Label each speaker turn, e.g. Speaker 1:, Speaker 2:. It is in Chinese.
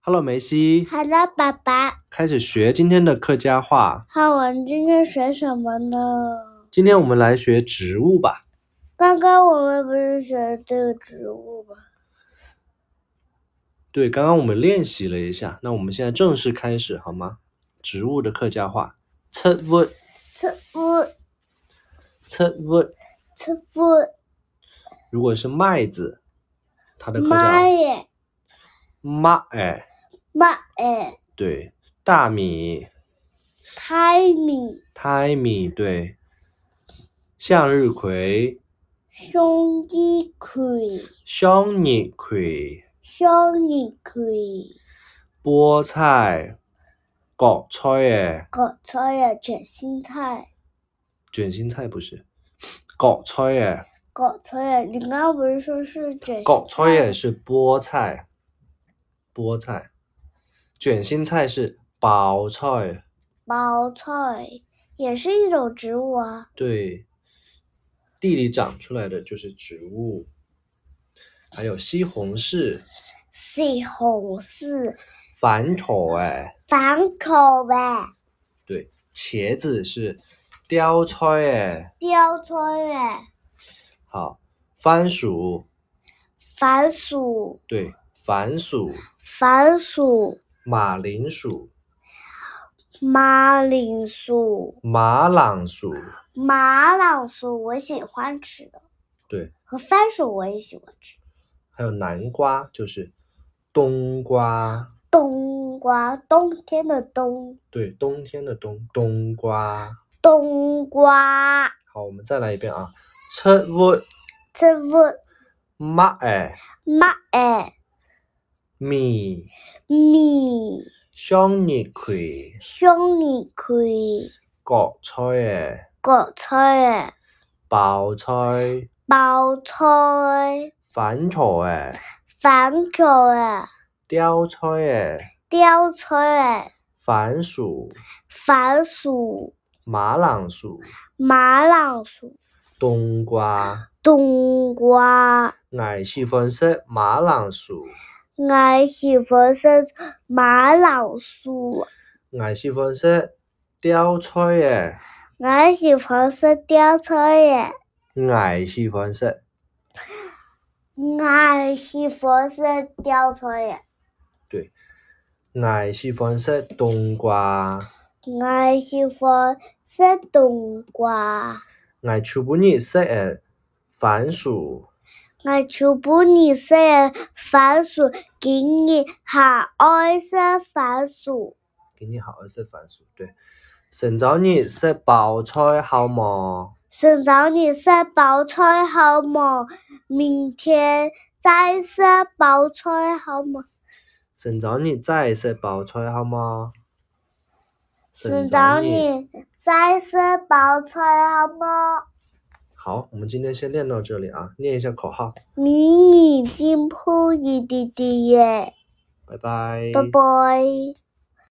Speaker 1: Hello，梅西，
Speaker 2: Hello，爸爸。
Speaker 1: 开始学今天的客家话。
Speaker 2: 好，我们今天学什么呢？
Speaker 1: 今天我们来学植物吧。
Speaker 2: 刚刚我们不是学这个植物吗？
Speaker 1: 对，刚刚我们练习了一下，那我们现在正式开始好吗？植物的客家话，侧物，
Speaker 2: 刺不
Speaker 1: 侧物。
Speaker 2: 刺不
Speaker 1: 如果是麦子，它的客
Speaker 2: 妈
Speaker 1: 家话
Speaker 2: 耶
Speaker 1: 麦，哎，
Speaker 2: 妈耶，
Speaker 1: 对，大米、
Speaker 2: 开米
Speaker 1: 胎米，对，向日葵、
Speaker 2: 兄弟葵
Speaker 1: 小日葵、
Speaker 2: 兄弟葵，
Speaker 1: 菠菜、国菜，哎，
Speaker 2: 搞错耶卷心菜，
Speaker 1: 卷心菜不是，国菜，哎。
Speaker 2: 搞错耶！你刚刚不是说是卷心
Speaker 1: 搞哦菜也
Speaker 2: 菜？
Speaker 1: 是菠菜，菠菜，卷心菜是包菜，
Speaker 2: 包菜也是一种植物啊。
Speaker 1: 对，地里长出来的就是植物，还有西红柿、
Speaker 2: 西红柿、
Speaker 1: 烦头哎，
Speaker 2: 反口呗。
Speaker 1: 对，茄子是雕菜哎，
Speaker 2: 雕窗哎，
Speaker 1: 好，番薯
Speaker 2: 番薯、
Speaker 1: 对，番薯、
Speaker 2: 番薯、
Speaker 1: 马铃薯、
Speaker 2: 马铃薯、
Speaker 1: 马朗薯，
Speaker 2: 马朗薯，我喜欢吃的，
Speaker 1: 对，
Speaker 2: 和番薯我也喜欢吃。
Speaker 1: 还有南瓜就是冬瓜。
Speaker 2: 冬瓜，冬天的冬，
Speaker 1: 对，冬天的冬，冬瓜。
Speaker 2: 冬瓜，
Speaker 1: 好，我们再来一遍啊。车窝
Speaker 2: 这个
Speaker 1: 马哎
Speaker 2: 马哎，
Speaker 1: 米
Speaker 2: 米
Speaker 1: 香叶葵
Speaker 2: 香米葵，
Speaker 1: 国菜哎
Speaker 2: 果菜哎，
Speaker 1: 包菜
Speaker 2: 包菜，
Speaker 1: 番菜哎
Speaker 2: 番口哎，
Speaker 1: 雕菜哎
Speaker 2: 雕菜哎，
Speaker 1: 番薯
Speaker 2: 番薯。
Speaker 1: 马铃薯
Speaker 2: 马朗薯、
Speaker 1: 冬瓜。
Speaker 2: 冬瓜，
Speaker 1: 我喜欢食马铃薯，
Speaker 2: 我喜欢吃马朗薯，
Speaker 1: 我喜欢食雕菜哎，
Speaker 2: 我喜欢吃吊车耶，
Speaker 1: 我喜欢食
Speaker 2: 我喜欢吃吊车耶，
Speaker 1: 对，我喜欢食冬瓜。
Speaker 2: 我喜欢吃冬瓜，
Speaker 1: 爱吃不腻食诶番薯，
Speaker 2: 我全部你吃的番薯，今年还爱吃番薯，
Speaker 1: 今天好好食番薯。对，晨早日食包菜好吗？
Speaker 2: 今早你吃包菜好吗？明天再吃包菜好吗？
Speaker 1: 晨早日再食包菜好吗？
Speaker 2: 寻找你再吃包菜好吗？
Speaker 1: 好，我们今天先练到这里啊，念一下口号，
Speaker 2: 迷你金铺一滴滴耶，嗯
Speaker 1: 拜拜。
Speaker 2: 拜拜。